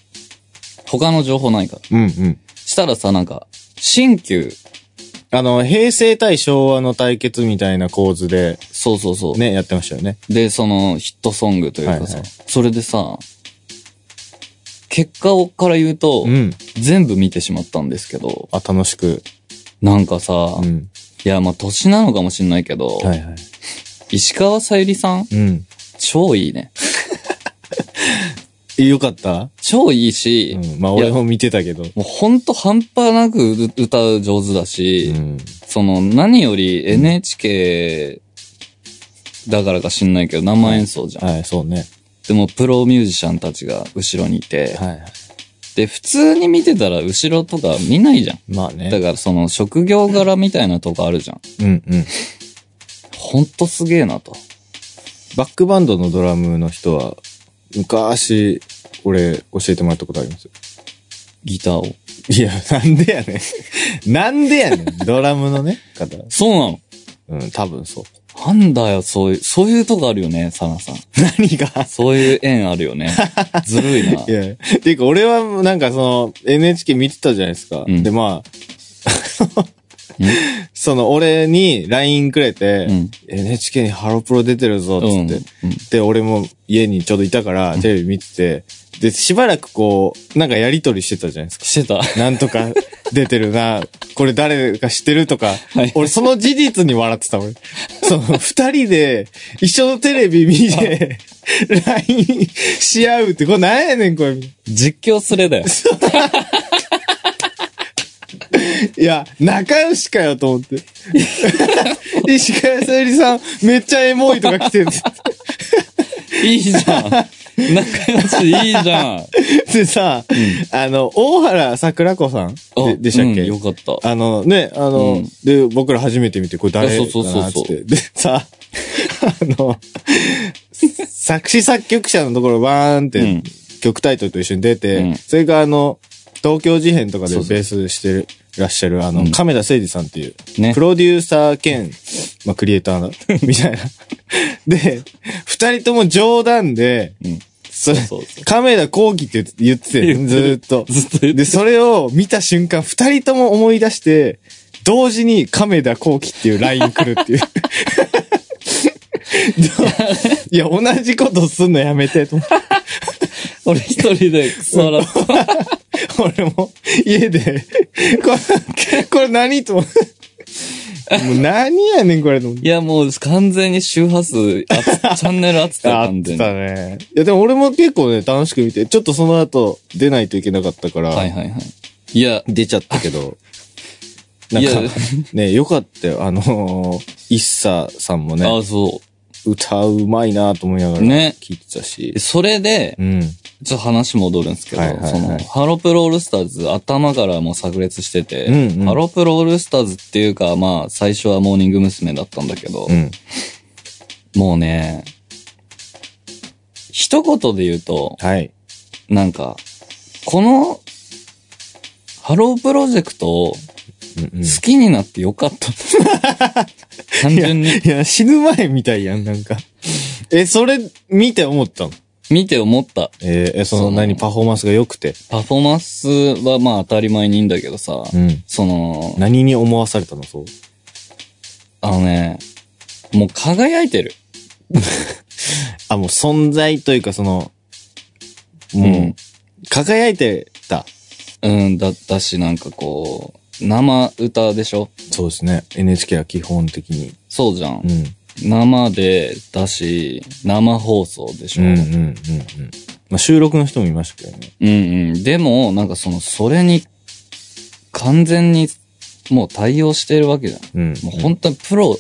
Speaker 1: 他の情報ないから。
Speaker 2: うんうん。
Speaker 1: したらさ、なんか、新旧、
Speaker 2: あの、平成対昭和の対決みたいな構図で、
Speaker 1: そうそうそう。
Speaker 2: ね、やってましたよね。
Speaker 1: で、そのヒットソングというかさ、
Speaker 2: はいはい
Speaker 1: それでさ、結果をから言うと、
Speaker 2: ん。
Speaker 1: 全部見てしまったんですけど、
Speaker 2: あ、楽しく。
Speaker 1: なんかさ、い
Speaker 2: ん。
Speaker 1: や、まあ、年なのかもしんないけど、
Speaker 2: はいはい。
Speaker 1: 石川さゆりさん、
Speaker 2: うん。
Speaker 1: 超いいね。
Speaker 2: えよかった
Speaker 1: 超いいし、
Speaker 2: うん。まあ、俺も見てたけど。
Speaker 1: もうほんと半端なくう歌う上手だ
Speaker 2: う
Speaker 1: し、
Speaker 2: ん。
Speaker 1: その何より NHK だからか知んないけど生演奏じゃん。
Speaker 2: はい、そうね。
Speaker 1: でもプロミュージシャンたちが後ろにいて、
Speaker 2: はいはい。
Speaker 1: で、普通に見てたら後ろとか見ないじゃん。
Speaker 2: まあ
Speaker 1: だ
Speaker 2: ね。
Speaker 1: からその職業柄みたいなとこあるじゃん。
Speaker 2: うんうん。
Speaker 1: ほんとすげえなと。
Speaker 2: バックバンドのドラムの人は、昔、俺、教えてもらったことあります
Speaker 1: ギターを。
Speaker 2: いや、なんでやねん。 なんでやねん。ドラムのね、方。
Speaker 1: そうなの
Speaker 2: うん、多分そう。
Speaker 1: なんだよ、そういう、そういうとこあるよね、サナさん。
Speaker 2: 何が
Speaker 1: そういう縁ある よね。ずるいな。
Speaker 2: いや、ていうか俺はなんかその NHK 見てたじゃないですか。
Speaker 1: うん
Speaker 2: で、ま
Speaker 1: う
Speaker 2: あ、
Speaker 1: ん
Speaker 2: その俺に LINE くれて、
Speaker 1: うん
Speaker 2: NHK にハロプロ出てるぞ、つ
Speaker 1: うん。
Speaker 2: って、
Speaker 1: うん
Speaker 2: で、俺も家にちょうどいたからテレビ見てて、で、しばらくこう、なんかやりとりしてたじゃないですか。
Speaker 1: してた。
Speaker 2: なんとか出てるな、これ誰か知ってるとか、
Speaker 1: はい
Speaker 2: 俺その事実に笑ってた、俺。そ の、二人で一緒のテレビ見て、LINE し合うって、これ何やねん、これ。
Speaker 1: 実況すれだよ。
Speaker 2: いや、仲良しかよと思 って。石川さゆりさん、めっちゃエモいとか来てる。
Speaker 1: いいじゃん。仲良しいいじゃん。
Speaker 2: でさ、あの、大原桜子さん
Speaker 1: あ
Speaker 2: ででしたっけ、
Speaker 1: うんよかった。
Speaker 2: あのね、あの、
Speaker 1: うん
Speaker 2: で、僕ら初めて見て、これ誰かなっつって。
Speaker 1: そうそうそうそう
Speaker 2: で、さ、 あの、作詞作曲者のところバーンって、
Speaker 1: うん
Speaker 2: 曲タイトルと一緒に出て、
Speaker 1: うん
Speaker 2: それがあの、東京事変とかでベ
Speaker 1: そうそう
Speaker 2: ースしてらっしゃる、あ
Speaker 1: う
Speaker 2: の、
Speaker 1: ん
Speaker 2: 亀田誠二さんっていう、
Speaker 1: ね
Speaker 2: プロデューサー兼、まあ、クリエイターな みたいな。で、二人とも冗談で、
Speaker 1: うん。
Speaker 2: それ
Speaker 1: そうそうそう、
Speaker 2: 亀田光輝って言ってて、ずーっと。
Speaker 1: ずっと言って
Speaker 2: で、それを見た瞬間、二人とも思い出して、同時に亀田光輝っていうライン来る っていう。いや、同じことすんのやめて、と思って。
Speaker 1: 俺一人でクソ笑った。
Speaker 2: 俺も、家で、これ、これ何と思って。もう何やねん、これと思って。
Speaker 1: いや、もう完全に周波数、あチャンネル合ってたよ、
Speaker 2: あっ
Speaker 1: 完全に。
Speaker 2: たね。いや、でも俺も結構ね、楽しく見て、ちょっとその後、出ないといけなかったから、
Speaker 1: はいはいはい。いや、
Speaker 2: 出ちゃったけど、 ないん
Speaker 1: や
Speaker 2: か、ね、よかったよ。あのー、イッサさんもね、
Speaker 1: あ、そ
Speaker 2: 歌うまいなと思いながら、
Speaker 1: ね
Speaker 2: 聞いてたし
Speaker 1: う。。それで、
Speaker 2: うん。
Speaker 1: ちょっと話戻るんですけど、
Speaker 2: はいはいはい
Speaker 1: その、ハロプロオールスターズ頭からもう炸裂してて、
Speaker 2: うんうん
Speaker 1: ハロプロオールスターズっていうか、まあ、最初はモーニング娘。だったんだけど、
Speaker 2: うん。
Speaker 1: もうね、一言で言うと、
Speaker 2: はい。
Speaker 1: なんか、この、ハロープロジェクトを
Speaker 2: うん うん
Speaker 1: 好きになってよかった。単純に
Speaker 2: いや、死ぬ前みたいやん、なんか。え、それ、見て思ったの
Speaker 1: 見て思った。
Speaker 2: えーえ、そ
Speaker 1: そ
Speaker 2: の、
Speaker 1: の
Speaker 2: 何、パフォーマンスが良くて。
Speaker 1: パフォーマンスはまあ当たり前にいいんだけどさ、
Speaker 2: うん。
Speaker 1: その、
Speaker 2: 何に思わされたの、そう。
Speaker 1: あのね、もう輝いてる。
Speaker 2: あ、もう存在というか、その、
Speaker 1: う
Speaker 2: も
Speaker 1: ん
Speaker 2: う、輝いてた。
Speaker 1: うん、だったし、なんかこう、生歌でしょ
Speaker 2: そうですね。NHK は基本的に。
Speaker 1: そうじゃん
Speaker 2: う。ん。
Speaker 1: 生で、だし、生放送でしょ、
Speaker 2: うんうんうんうん。まあ、収録の人もいましたけどね。
Speaker 1: うんうん。でも、なんかその、それに、完全に、もう対応してるわけじゃん。
Speaker 2: うん。
Speaker 1: もう本当にプロ、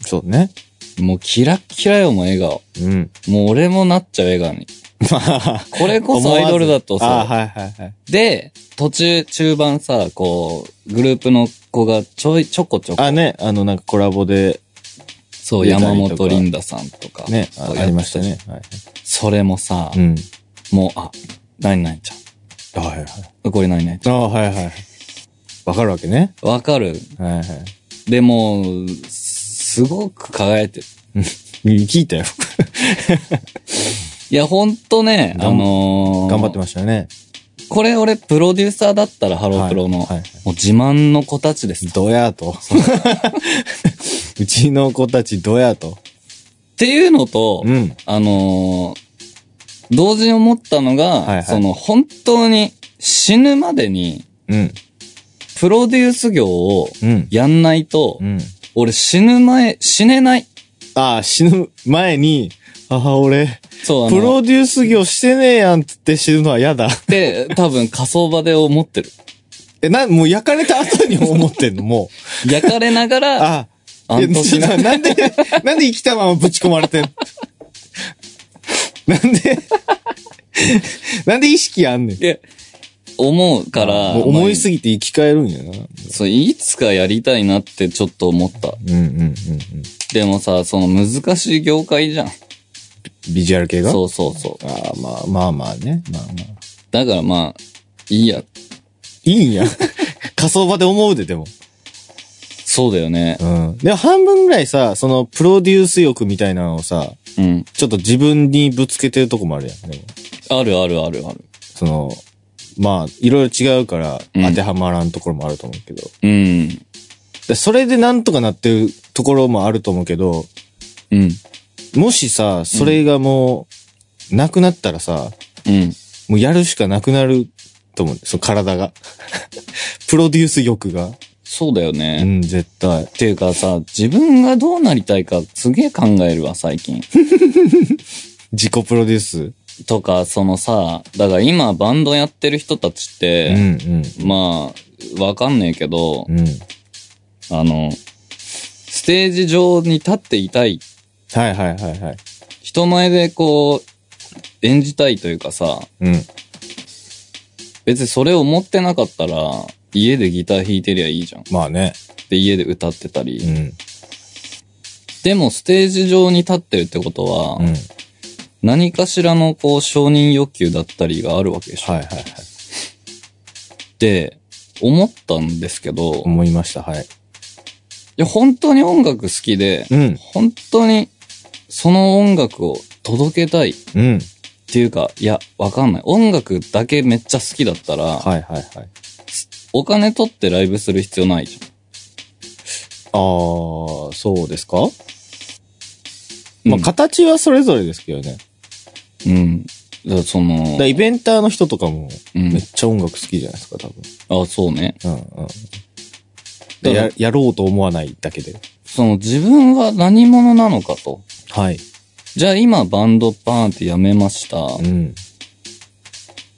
Speaker 2: そうね。
Speaker 1: もうキラッキラよ、もう笑顔。
Speaker 2: うん。
Speaker 1: もう俺もなっちゃう笑顔に。
Speaker 2: まあ、
Speaker 1: これこそアイドルだと
Speaker 2: あ
Speaker 1: さ、
Speaker 2: はいはいはい。
Speaker 1: で、途中、中盤さ、こう、グループの子がちょい、ちょこちょこ、
Speaker 2: あ、ね、あの、なんかコラボで、
Speaker 1: そう、
Speaker 2: 出たりと
Speaker 1: 山
Speaker 2: か
Speaker 1: 本リンダさんとか、
Speaker 2: ね、
Speaker 1: そ
Speaker 2: あ
Speaker 1: う
Speaker 2: ありました。ね。はい。
Speaker 1: それもさ、
Speaker 2: うん。
Speaker 1: もう、あ、何々ちゃ
Speaker 2: はいはい。
Speaker 1: ん。これ何々ち
Speaker 2: ああ、はいはい。わかるわけね。
Speaker 1: ゃん。わかる。
Speaker 2: はいはい。
Speaker 1: でも、すごく輝いてる。
Speaker 2: 聞いたよ。
Speaker 1: いや、ほんとね、あ
Speaker 2: がん
Speaker 1: のー、
Speaker 2: 頑張ってましたよね。
Speaker 1: これ俺、プロデューサーだったら、ハロープロの、
Speaker 2: はいはいはい
Speaker 1: もう自慢の子たちです。
Speaker 2: どやーと。 うちの子たちどやーと。
Speaker 1: っていうのと、
Speaker 2: うん。
Speaker 1: あのー同時に思ったのが、
Speaker 2: いはい
Speaker 1: その本当に死ぬまでに
Speaker 2: うん。
Speaker 1: プロデュース業を
Speaker 2: うん。
Speaker 1: やんないと、
Speaker 2: うん。
Speaker 1: 俺死ぬ前、死ねない。
Speaker 2: ああ、死ぬ前に、あ、俺、
Speaker 1: そう、あ
Speaker 2: プ
Speaker 1: の、っ
Speaker 2: ロデュース業してねえやんってって死ぬのは嫌だ。
Speaker 1: て多分火葬場で思ってる。
Speaker 2: え、な、もう焼かれた後に思ってんの、もう。
Speaker 1: 焼かれながら、
Speaker 2: あ
Speaker 1: あん
Speaker 2: えち
Speaker 1: 時
Speaker 2: ょ
Speaker 1: な
Speaker 2: ななんで、 なんで生きたままぶち込まれてんの なんで、 なんで意識あんねん。
Speaker 1: で思うから、
Speaker 2: もう思いすぎて生き返るんや
Speaker 1: ま
Speaker 2: な。
Speaker 1: あそう、いつかやりたいなってちょっと思った。
Speaker 2: うんうんうんうん。
Speaker 1: でもさ、その難しい業界じゃん。
Speaker 2: ビジュアル系が
Speaker 1: そうそうそう。
Speaker 2: ああ、まあまあまあね。まあまあ。
Speaker 1: だからまあ、いいや。
Speaker 2: いいん や。仮想場で思うで、でも。
Speaker 1: そうだよね。
Speaker 2: うん。でも半分ぐらいさ、そのプロデュース欲みたいなのをさ、
Speaker 1: うん。
Speaker 2: ちょっと自分にぶつけてるとこもあるやん。でも
Speaker 1: あるあるあるある。
Speaker 2: その、まあ、いろいろ違うから
Speaker 1: うん
Speaker 2: 当てはまらんところもあると思うけど。
Speaker 1: うん。
Speaker 2: でそれでなんとかなってるところもあると思うけど、
Speaker 1: うん。
Speaker 2: もしさ、それがもう、なくなったらさ、
Speaker 1: うん。
Speaker 2: もうやるしかなくなると思う。その体が。 プロデュース欲が。
Speaker 1: そうだよ
Speaker 2: う
Speaker 1: ね。
Speaker 2: ん、絶対。
Speaker 1: っていうかさ、自分がどうなりたいかすげえ考えるわ、最近。
Speaker 2: 自己プロデュース。
Speaker 1: とか、そのさ、だから今バンドやってる人たちっ
Speaker 2: うん、
Speaker 1: て、まあ、わかんねえけど
Speaker 2: う、ん。うん。
Speaker 1: あの、ステージ上に立っていたい。
Speaker 2: はいはいはいはい。
Speaker 1: 人前でこう、演じたいというかさ、
Speaker 2: うん。
Speaker 1: 別にそれを思ってなかったら、家でギター弾いてりゃいいじゃん。
Speaker 2: まあね。
Speaker 1: で、家で歌ってたり。
Speaker 2: ん。
Speaker 1: でも、ステージ上に立ってるってことは、
Speaker 2: うん。はい
Speaker 1: 何かしらのこう承認欲求だったりがあるわけでしょ。
Speaker 2: はいはい。
Speaker 1: って思ったんですけど、い
Speaker 2: 思いました、はい。
Speaker 1: や、本当に音楽好きで、
Speaker 2: うん、
Speaker 1: 本当にその音楽を届けたいっ
Speaker 2: うん。
Speaker 1: ていうか、いや、わかんない。音楽だけめっちゃ好きだったら、
Speaker 2: はい、はい、はい。
Speaker 1: お金取ってライブする必要ないじ
Speaker 2: あー、そうですか、
Speaker 1: ゃん。
Speaker 2: まあ、形はそれぞれですけどね。
Speaker 1: うん、うん。だからそ
Speaker 2: だ
Speaker 1: の
Speaker 2: から、イベンターの人とかも、
Speaker 1: う
Speaker 2: め
Speaker 1: ん
Speaker 2: っ。ちゃ音楽好きじゃないですか、多分。
Speaker 1: あ、そうね。
Speaker 2: うん、うん。
Speaker 1: だか
Speaker 2: で
Speaker 1: ら
Speaker 2: や、やろうと思わないだけで。
Speaker 1: その自分は何者なのかと。
Speaker 2: はい。
Speaker 1: じゃあ今バンドバーンってやめました。
Speaker 2: うん。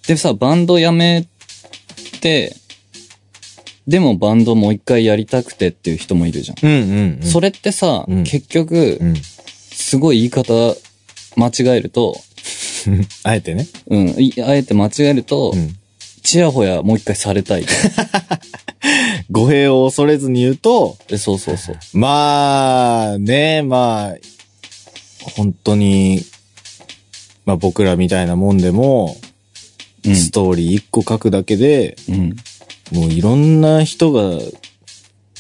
Speaker 1: でさ、バンドやめて、でもバンドもう一回やりたくてっていう人もいるじゃん。
Speaker 2: うん、うん、うん。
Speaker 1: それってさ、
Speaker 2: うん
Speaker 1: 結局
Speaker 2: う、ん。
Speaker 1: すごい言い方間違えると、
Speaker 2: あえてね。
Speaker 1: うん、いあえて間違えると、
Speaker 2: うん。
Speaker 1: ちやほやもう一回され たい。
Speaker 2: 語弊を恐れずに言うと、
Speaker 1: でそうそうそう。
Speaker 2: まあ、ね、まあ、本当に、まあ僕らみたいなもんでも、ストーリー一個書くだけで、
Speaker 1: うん。うん。
Speaker 2: もういろんな人が、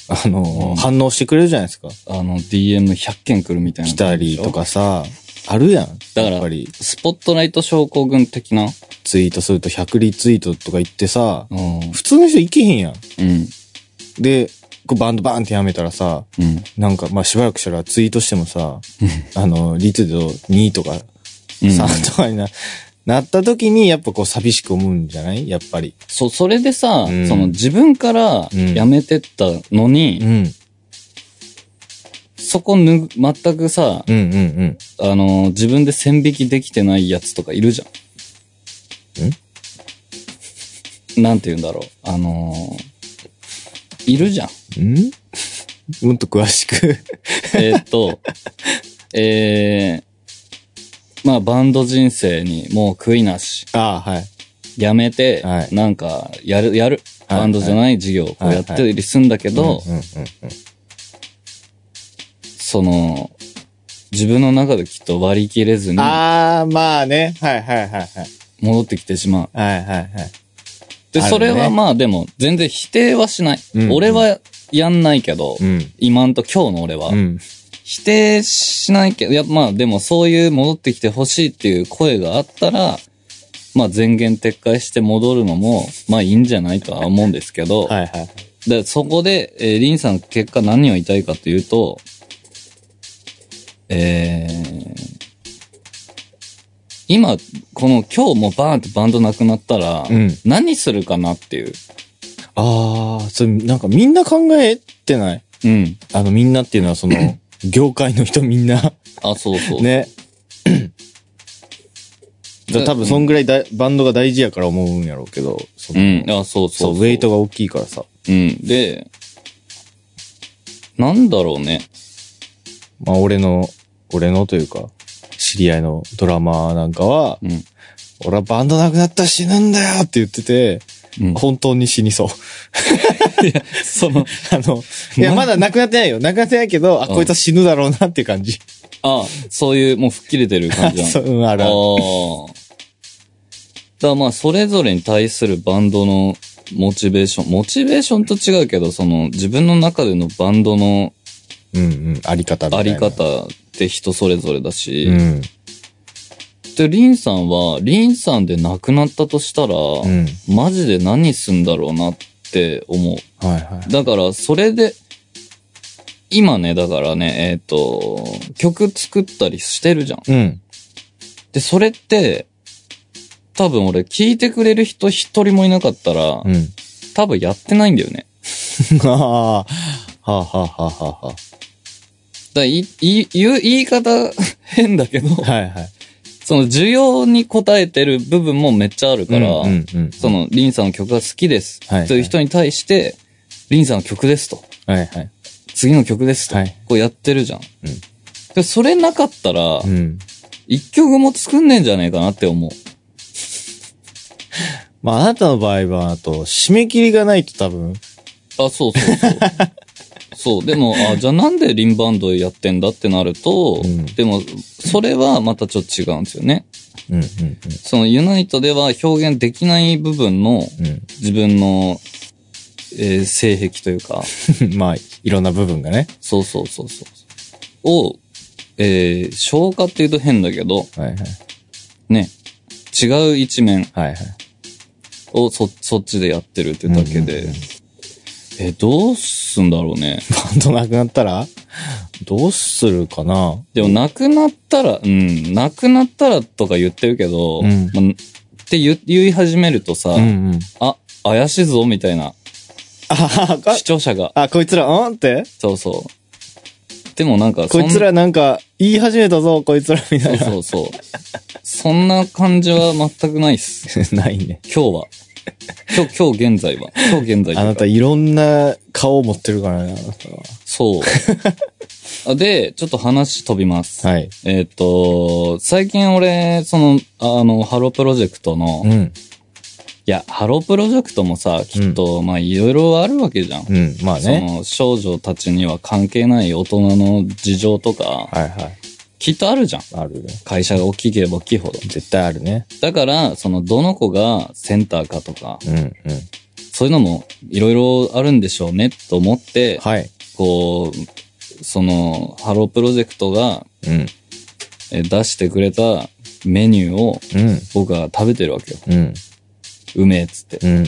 Speaker 2: あの、
Speaker 1: うん
Speaker 2: 反応してくれるじゃないですか。
Speaker 1: あの、DM100 件来るみたいな。
Speaker 2: 来たりと。かさ、あるやん。
Speaker 1: だから
Speaker 2: やっぱり、
Speaker 1: スポットライト症候群的な。
Speaker 2: ツイートすると100リツイートとか言ってさ、
Speaker 1: うん。
Speaker 2: 普通の人行けへんやん。
Speaker 1: うん。
Speaker 2: で、こうバンドバーンってやめたらさ、
Speaker 1: うん。
Speaker 2: なんか、まあしばらくしたらツイートしてもさ、あの、リツイート2とか
Speaker 1: うん
Speaker 2: さ、とかにな、なった時に、やっぱこう寂しく思うんじゃないやっぱり。
Speaker 1: そ、それでさ、
Speaker 2: うん
Speaker 1: その自分からやめてったのに、
Speaker 2: ん。
Speaker 1: そこぬ、全くさ、
Speaker 2: うんうんうん。
Speaker 1: あの、自分で線引きできてないやつとかいるじゃん。なんて言うんだろう。あのーいるじゃん。
Speaker 2: ん もっと詳しく。
Speaker 1: えーっと、えー、まあバンド人生にもう悔いなし。
Speaker 2: ああ、はい。
Speaker 1: やめて、
Speaker 2: はい
Speaker 1: なんか、やる、やる。
Speaker 2: はい
Speaker 1: バンドじゃない事業をこうやってるすんだけど、
Speaker 2: うんうんうん
Speaker 1: その、自分の中できっと割り切れずに
Speaker 2: ああ、まあね。はいはいはいはい。
Speaker 1: 戻ってきてしまう。
Speaker 2: はいはいはい。
Speaker 1: で、
Speaker 2: あるね
Speaker 1: それはまあでも全然否定はしない。
Speaker 2: うん
Speaker 1: 俺はやんないけど、
Speaker 2: ん。
Speaker 1: 今んと今日の俺は、
Speaker 2: うん。
Speaker 1: 否定しないけど、いやまあでもそういう戻ってきてほしいっていう声があったら、まあ前言撤回して戻るのも、まあいいんじゃないとは思うんですけど、
Speaker 2: はいはい。
Speaker 1: で、そこで、えーリンさんの結果何を言いたいかというと、えー、今、この今日もうバーンってバンドなくなったら、
Speaker 2: うん
Speaker 1: 何するかなっていう。
Speaker 2: ああ、それ、なんかみんな考えてない
Speaker 1: うん。
Speaker 2: あの、みんなっていうのはそ の、業界の人みんな。
Speaker 1: あ、そうそう。
Speaker 2: ね。だ多分そんぐらいだ、バンドが大事やから思うんやろうけど、その
Speaker 1: うん。あ、そう
Speaker 2: そ
Speaker 1: そうう
Speaker 2: ウェイトが大きいからさ。
Speaker 1: うん。で、なんだろうね。
Speaker 2: まあ俺の、俺のというか、知り合いのドラマーなんかは、
Speaker 1: うん。
Speaker 2: 俺はバンドなくなったら死ぬんだよって言ってて、
Speaker 1: うん、
Speaker 2: 本当に死に そう。
Speaker 1: その、
Speaker 2: あの、 いや、まだなくなってないよ。なくなってないけど、あ、
Speaker 1: うん
Speaker 2: こいつは死ぬだろうなっていう感じ。
Speaker 1: あ、そういう、もう吹っ切れてる感じなの
Speaker 2: そう、うん、ある
Speaker 1: あ
Speaker 2: ある
Speaker 1: あ。だからまあ、それぞれに対するバンドのモチベーション、モチベーションと違うけど、その自分の中でのバンドの
Speaker 2: うんうん、あり方みた
Speaker 1: あ
Speaker 2: いな。
Speaker 1: り方って人それぞれだし、
Speaker 2: うん。
Speaker 1: で、リンさんは、リンさんで亡くなったとしたら、
Speaker 2: うん。
Speaker 1: マジで何すんだろうなって思う。
Speaker 2: はいはい。
Speaker 1: だから、それで、今ね、だからね、えっ、と、曲作ったりしてるじゃん。
Speaker 2: うん。
Speaker 1: で、それって、多分俺聞いてくれる人一人もいなかったら、
Speaker 2: うん。
Speaker 1: 多分やってないんだよね。
Speaker 2: は あ、はあはあはあは
Speaker 1: だからいい言う言い方 変だけど、
Speaker 2: あ。はいはい。
Speaker 1: その需要に応えてる部分もめっちゃあるから、
Speaker 2: うんうんうん、
Speaker 1: その、リンさんの曲が好きです、
Speaker 2: はいはい
Speaker 1: という人に対して、リンさんの曲ですと、
Speaker 2: はいはい。
Speaker 1: 次の曲ですと、
Speaker 2: はい
Speaker 1: こうやってるじゃん。
Speaker 2: ん
Speaker 1: でそれなかったら、
Speaker 2: うん。
Speaker 1: 一曲も作んねえんじゃねえかなって思う。
Speaker 2: まあ、あなたの場合は、あと、締め切りがないと多分、
Speaker 1: あ、そうそうそう。 そう。でも、あ、じゃあなんでリンバンドやってんだってなると、
Speaker 2: うん
Speaker 1: でも、それはまたちょっと違うんですよね。
Speaker 2: うんうん
Speaker 1: そのユナイトでは表現できない部分の
Speaker 2: うん
Speaker 1: 自分の、えー性癖というか、
Speaker 2: うん。まあ、いろんな部分がね。
Speaker 1: そうそうそうそう。を、えー消化っていうと変だけど、
Speaker 2: はいはい。
Speaker 1: ね、違う一面
Speaker 2: はいはい。
Speaker 1: をそ、そっちでやってるってだけで、
Speaker 2: うんうんうん
Speaker 1: え、どうすんだろうね。
Speaker 2: バンドなくなったらどうするかな
Speaker 1: でも、なくなったら、うん、なくなったらとか言ってるけど、
Speaker 2: うん
Speaker 1: まあって言言い始めるとさ、
Speaker 2: うんうん。
Speaker 1: あ、怪しいぞ、みたいな、
Speaker 2: あはは
Speaker 1: 視聴者が。
Speaker 2: あ、あ、こいつら、うんって
Speaker 1: そうそう。でもなんかそ
Speaker 2: こ
Speaker 1: ん、
Speaker 2: いつらなんか、言い始めたぞ、こいつら、みた
Speaker 1: そう
Speaker 2: いな。
Speaker 1: そうそう。そんな感じは全くないっす。
Speaker 2: ないね。
Speaker 1: 今日は。今日、今日現在は。今日現在というか
Speaker 2: あなた、いろんな顔を持ってるからね、あなたは
Speaker 1: そう。あで、ちょっと話飛びます。
Speaker 2: はい。
Speaker 1: えっ、と、最近俺、その、あの、ハロープロジェクトの、
Speaker 2: う
Speaker 1: い
Speaker 2: ん。
Speaker 1: や、ハロープロジェクトもさ、きっと、まあ、いろいろあるわけじゃん。
Speaker 2: うん、まあ
Speaker 1: そ
Speaker 2: ね。
Speaker 1: の、少女たちには関係ない大人の事情とか、
Speaker 2: はいはい。
Speaker 1: きっとあるじゃん。
Speaker 2: あるね。
Speaker 1: 会社が大きければ大きいほど。
Speaker 2: 絶対あるね。
Speaker 1: だから、その、どの子がセンターかとか、
Speaker 2: うん、うん。
Speaker 1: そういうのも、いろいろあるんでしょうね、と思って、
Speaker 2: はい。
Speaker 1: こう、その、ハロープロジェクトが
Speaker 2: うん、
Speaker 1: えー出してくれたメニューを
Speaker 2: うん、
Speaker 1: 僕は食べてるわけよ。
Speaker 2: うん、
Speaker 1: うめえっつって。
Speaker 2: うん。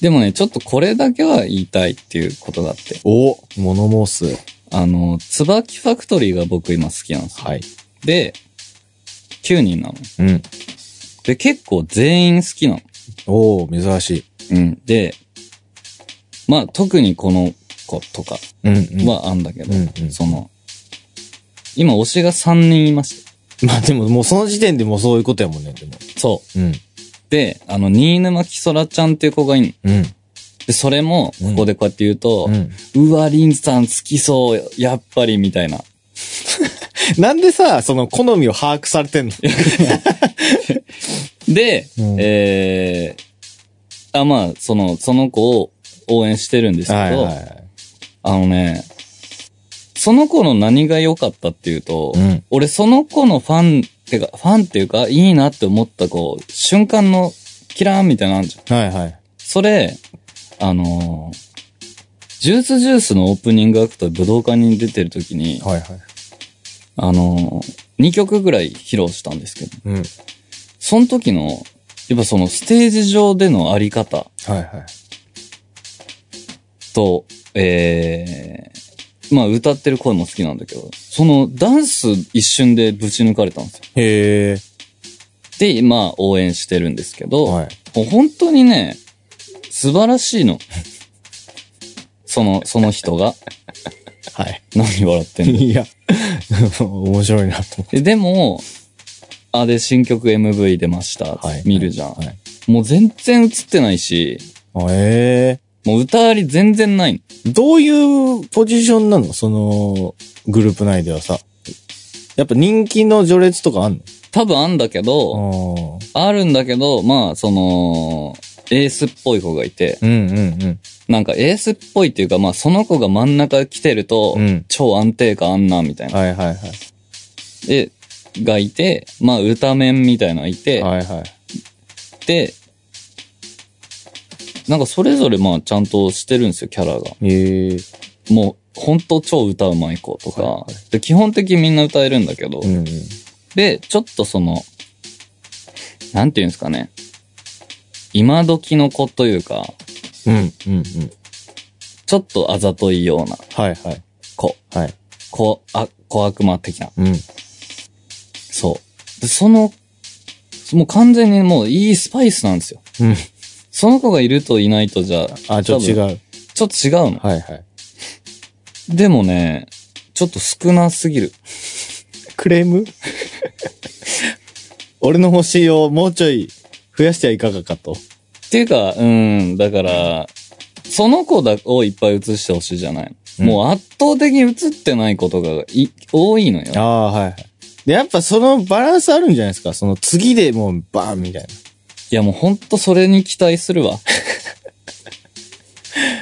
Speaker 1: でもね、ちょっとこれだけは言いたいっていうことがあって。
Speaker 2: お物申す。
Speaker 1: あの、椿ファクトリーが僕今好きなんですよ。
Speaker 2: はい。
Speaker 1: で、9人なの。
Speaker 2: うん。
Speaker 1: で、結構全員好きなの。
Speaker 2: おー、珍しい。
Speaker 1: うん。で、まあ特にこの子とか
Speaker 2: うん、うん。
Speaker 1: はあんだけど、
Speaker 2: うんうん
Speaker 1: その、今推しが3人いまし
Speaker 2: まあでも、もうその時点でもうそういうことやもんね、でも。
Speaker 1: た。そう。
Speaker 2: うん、
Speaker 1: で、あの、新沼キソラちゃんっていう子がいる
Speaker 2: うん、
Speaker 1: で、それも、
Speaker 2: うん
Speaker 1: ここでこうやって言うと、
Speaker 2: うん。
Speaker 1: うわ、リンさん好きそう、やっぱり、みたいな。い
Speaker 2: なんでさ、その好みを把握されてんの
Speaker 1: やで、
Speaker 2: うん
Speaker 1: えー、あ、まあ、その、その子を応援してるんですけど、
Speaker 2: はいはい。
Speaker 1: あのね、その子の何が良かったっていうと、
Speaker 2: うん
Speaker 1: 俺その子のファン、てか、ファンっていうか、いいなって思ったこう瞬間のキラーンみたいなのあんじゃん。
Speaker 2: はいはい。
Speaker 1: それ、あのージュースジュースのオープニングアクトで武道館に出てる時に、
Speaker 2: はいはい。
Speaker 1: あのー、2曲ぐらい披露したんですけど、
Speaker 2: うん。はい
Speaker 1: その時の、やっぱそのステージ上でのあり方
Speaker 2: はい。
Speaker 1: と、えー、まあ歌ってる声も好きなんだけど、そのダンス一瞬でぶち抜かれたんですよ。
Speaker 2: へえ。
Speaker 1: で、今応援してるんですけど、
Speaker 2: はい。
Speaker 1: もう本当にね、素晴らしいの。その、その人 が。
Speaker 2: はい。
Speaker 1: 何笑ってん の
Speaker 2: いや、面白いなと思
Speaker 1: ででも、あ、で、新曲 MV 出ました。
Speaker 2: はい
Speaker 1: 見るじゃん、
Speaker 2: って。はい。
Speaker 1: もう全然映ってないし、
Speaker 2: あえ
Speaker 1: もう歌あり全然ない。
Speaker 2: え。どういうポジションなのその、グループ内ではさ。やっぱ人気の序列とかあん
Speaker 1: 多分あんだけど、
Speaker 2: の
Speaker 1: あるんだけど、まあ、その、エースっぽい子がいて、
Speaker 2: ああ。うんうん
Speaker 1: なんかエースっぽいっていうか、まあ、その子が真ん中来てると、
Speaker 2: うん
Speaker 1: 超安定感あんな、みたい
Speaker 2: うん。
Speaker 1: な。
Speaker 2: はいはいは
Speaker 1: で、がいて、まあ、歌面みたいなのい
Speaker 2: い。
Speaker 1: て、
Speaker 2: はいはい。
Speaker 1: で、なんかそれぞれまあちゃんとしてるんですよ、キャラが。
Speaker 2: ええ。
Speaker 1: もう、ほんと超歌うまい子とか、
Speaker 2: はいは
Speaker 1: で、基本的にみんな歌えるんだけど、
Speaker 2: うんうん。
Speaker 1: で、ちょっとその、なんていうんですかね、今時の子というか、
Speaker 2: うんうんうん。
Speaker 1: ちょっとあざといような
Speaker 2: はいはい。
Speaker 1: 子、
Speaker 2: はい。
Speaker 1: 子、あ、小悪魔的な、
Speaker 2: うん。
Speaker 1: そう。で、その、もう完全にもういいスパイスなんですよ。
Speaker 2: うん。
Speaker 1: その子がいるといないとじゃ、
Speaker 2: あ、ちょっと
Speaker 1: 多
Speaker 2: 違
Speaker 1: 分
Speaker 2: う。
Speaker 1: ちょっと違うの。
Speaker 2: はいはい。
Speaker 1: でもね、ちょっと少なすぎる。
Speaker 2: クレーム 俺の星をもうちょい増やしてはいかがかと。
Speaker 1: っていうか、うん、だから、その子だをいっぱい映してほしいじゃない、
Speaker 2: うん
Speaker 1: もう圧倒的に映ってないことがい多いの
Speaker 2: あ
Speaker 1: よ。
Speaker 2: あ、はいはい。で、やっぱそのバランスあるんじゃないですかその次でもうバーンみたい
Speaker 1: いやもうほんとそれに期待す るわ。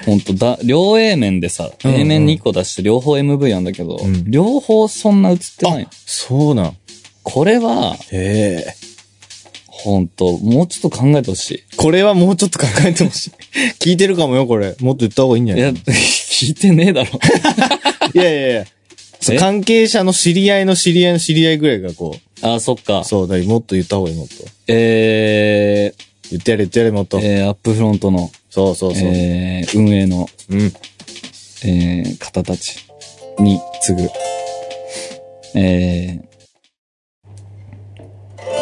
Speaker 1: ほんとだ、両 A 面でさ、
Speaker 2: うんうん
Speaker 1: A 面2個出して両方 MV なんだけど、
Speaker 2: うん
Speaker 1: 両方そんな映って
Speaker 2: な。
Speaker 1: ない。
Speaker 2: そうなん。
Speaker 1: これは、
Speaker 2: へえ。
Speaker 1: 本当もうちょっと考えてほし
Speaker 2: これはもうちょっと考えてほ しい。聞いてるかもよ、これ。もっと言った方がいいんじゃ
Speaker 1: い。
Speaker 2: ないい
Speaker 1: や、聞いてねえだろ。
Speaker 2: いやいやいや。そう
Speaker 1: え
Speaker 2: 関係者の知り合いの知り合いの知り合いぐらいがこ
Speaker 1: あ、そっか
Speaker 2: う。。そうだ、もっと言った方がいい、もっと。
Speaker 1: えー、
Speaker 2: 言ってやれ、言ってやれ、もっと。
Speaker 1: えー、アップフロントの、
Speaker 2: そうそうそう。
Speaker 1: えー、運営の、
Speaker 2: うん。
Speaker 1: えー、方たちに次ぐ、えー、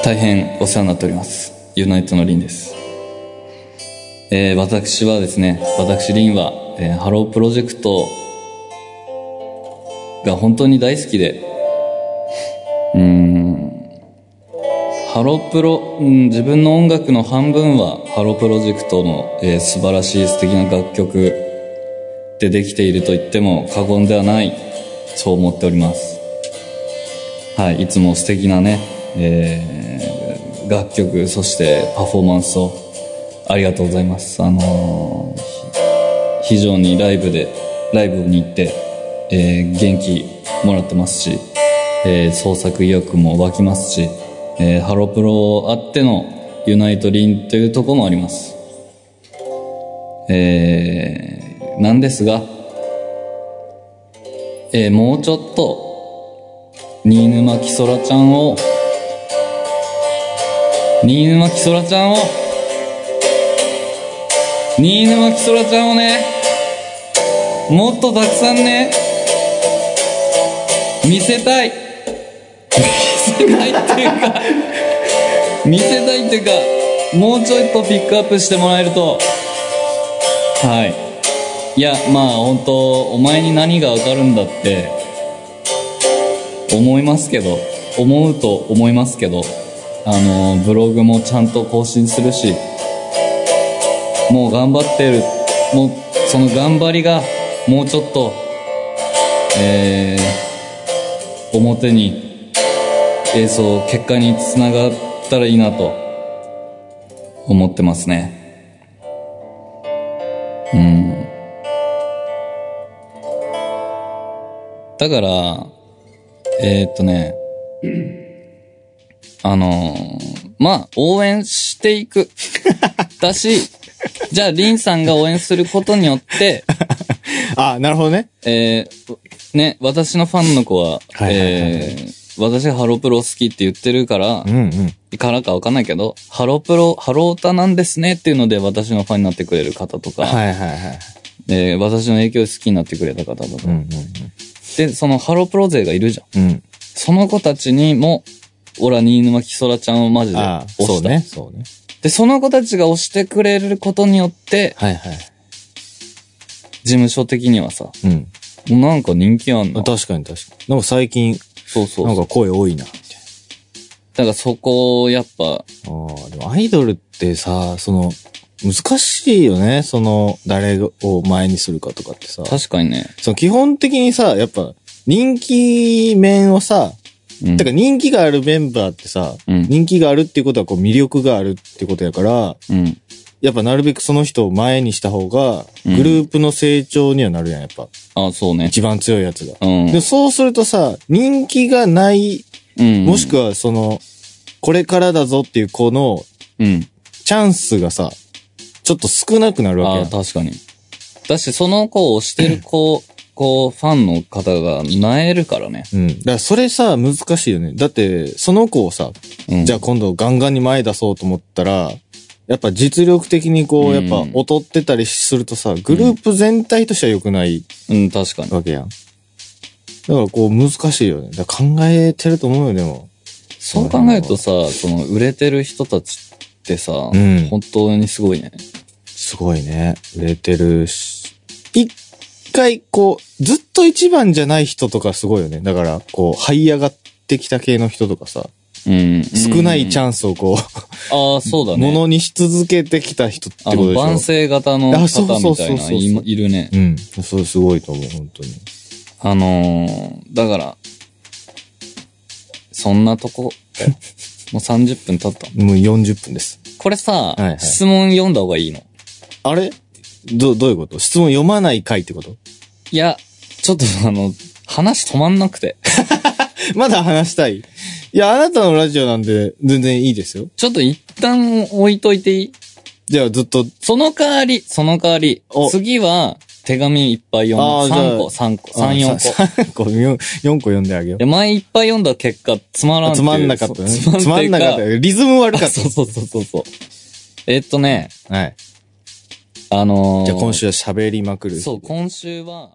Speaker 1: 大変お世話になっております。ユナイトのリンです。えー、私はですね、私リンは、えーハロープロジェクトが本当に大好きで、うーん、ハロプロ、うん、自分の音楽の半分はハロープロジェクトの、えー素晴らしい素敵な楽曲、でできていると言っても過言ではない、そう思っております。はい、いつも素敵なね、えー楽曲、そしてパフォーマンスをありがとうございます。あのーひ非常にライブで、ライブに行って、えー元気もらってますし、えー創作意欲も湧きますし、えーハロプロあってのユナイトリンというところもあります。えーなんですが、えーもうちょっと、新沼きそらちゃんを、新沼きそらちゃんを、新沼きそらちゃんをね、もっとたくさんね、見せたい。見せたいっていうか、見せたいっていうか、もうちょいとピックアップしてもらえると、はい。いや、まあ本当お前に何がわかるんだって、思いますけど、思うと思いますけど、あの、ブログもちゃんと更新するし、もう頑張ってる、もう、その頑張りが、もうちょっと、えー、表に、えー、そう、結果につながったらいいなと、思ってますね。うん。だから、えーっとね、あのーまあ、応援していく。だし、じゃあ、リンさんが応援することによ って、
Speaker 2: あ、なるほどね。
Speaker 1: えーね、私のファンの子は、
Speaker 2: はいはいはいはい
Speaker 1: えー私がハロプロ好きって言ってるから
Speaker 2: う、んうん。
Speaker 1: からかわかんないけど、ハロプロ、ハロータなんですねっていうので私のファンになってくれる方とか、
Speaker 2: はいはいはい。
Speaker 1: えー私の影響で好きになってくれた方とか、
Speaker 2: うんうん
Speaker 1: で、そのハロプロ勢がいるじゃん。
Speaker 2: うん。うん。
Speaker 1: その子たちにも、俺は新沼きそらちゃんをマジで押
Speaker 2: ああ、
Speaker 1: した。
Speaker 2: そうね。そうね。
Speaker 1: で、その子たちが押してくれることによって、
Speaker 2: はいはい。
Speaker 1: 事務所的にはさ、
Speaker 2: うん。
Speaker 1: なんか人気あんの。
Speaker 2: 確かに確かに。なんか最近、
Speaker 1: そうそう。
Speaker 2: な
Speaker 1: なんんか、
Speaker 2: か声多いな、みたいな。
Speaker 1: だからそこをやっぱ、
Speaker 2: あーでもアイドルってさ、その、難しいよね。その、誰を前にするかとかってさ。
Speaker 1: 確かにね。
Speaker 2: その基本的にさ、やっぱ、人気面をさ、
Speaker 1: うん
Speaker 2: だから人気があるメンバーってさ、
Speaker 1: うん
Speaker 2: 人気があるっていうことはこう魅力があるってことやから、
Speaker 1: うん。
Speaker 2: やっぱなるべくその人を前にした方が、
Speaker 1: うん
Speaker 2: グループの成長にはなるやん、やっぱ。
Speaker 1: あ、そうね。
Speaker 2: 一番強いやつが。
Speaker 1: うん。
Speaker 2: で、そうするとさ、人気がない、
Speaker 1: うん。
Speaker 2: もしく
Speaker 1: は、
Speaker 2: はその、これからだぞっていう子の
Speaker 1: うん。
Speaker 2: チャンスがさ、ちょっと少なくなるわけ
Speaker 1: あ
Speaker 2: やん。
Speaker 1: 確かに。だし、その子を押してる子、こう、ファンの方が、なえるからね。
Speaker 2: うん。だからそれさ、難しいよね。だって、その子をさ、
Speaker 1: うん。
Speaker 2: じゃあ今度ガンガンに前出そうと思ったら、やっぱ実力的にこう、や
Speaker 1: う
Speaker 2: っ
Speaker 1: ん
Speaker 2: ぱ劣ってたりするとさ、グループ全体としては良くない
Speaker 1: うん、確かに。
Speaker 2: わけやん。だからこう難しいよね。だから考えてると思うよ、でも。
Speaker 1: そう考えるとさ、その、売れてる人たちってさ、
Speaker 2: ん
Speaker 1: 本当にすごいね。
Speaker 2: すごいね。売れてるし。一回こう、ずっと一番じゃない人とかすごいよね。だからこう、這い上がってきた系の人とかさ、
Speaker 1: うん。
Speaker 2: 少ないチ
Speaker 1: ン
Speaker 2: ャンスをこ
Speaker 1: ス。ああ、そう
Speaker 2: う、
Speaker 1: だ
Speaker 2: も
Speaker 1: ね。
Speaker 2: のにし続けてきた人ってこ
Speaker 1: あ
Speaker 2: と
Speaker 1: の、
Speaker 2: でしょ。
Speaker 1: 万世型の
Speaker 2: あそう
Speaker 1: 方
Speaker 2: そう
Speaker 1: み
Speaker 2: そ
Speaker 1: た
Speaker 2: う
Speaker 1: いな、いいるね。
Speaker 2: うん。それすごいと思う、本当に。
Speaker 1: あのー、だから、そんなと こ、もう30分経った。
Speaker 2: もう40分です。
Speaker 1: これさ、
Speaker 2: いはい
Speaker 1: 質問読んだ方がいいの
Speaker 2: あれど、どういうこと質問読まない回ってこと
Speaker 1: いや、ちょっとあの、話止まんなくて。
Speaker 2: まだ話したい。いや、あなたのラジオなんで全然いいですよ。
Speaker 1: ちょっと一旦置いといていい
Speaker 2: じゃあずっと、
Speaker 1: その代わり、その代わり
Speaker 2: お、
Speaker 1: 次は手紙いっぱい読
Speaker 2: あー
Speaker 1: む。
Speaker 2: じゃあ
Speaker 1: 3個、3個、3、4個。
Speaker 2: 4個。4個読んであげよう
Speaker 1: で、。前いっぱい読んだ結果、つまらん
Speaker 2: あ
Speaker 1: って
Speaker 2: つ
Speaker 1: いう
Speaker 2: まんなかったね。
Speaker 1: そう
Speaker 2: つまんなかった。
Speaker 1: ていう
Speaker 2: リズム悪か
Speaker 1: あ
Speaker 2: っ
Speaker 1: そうそうそうそうそう。えっとね、
Speaker 2: た。はい。
Speaker 1: あのー
Speaker 2: じゃあ今週は喋りまくる。
Speaker 1: そう、今週は、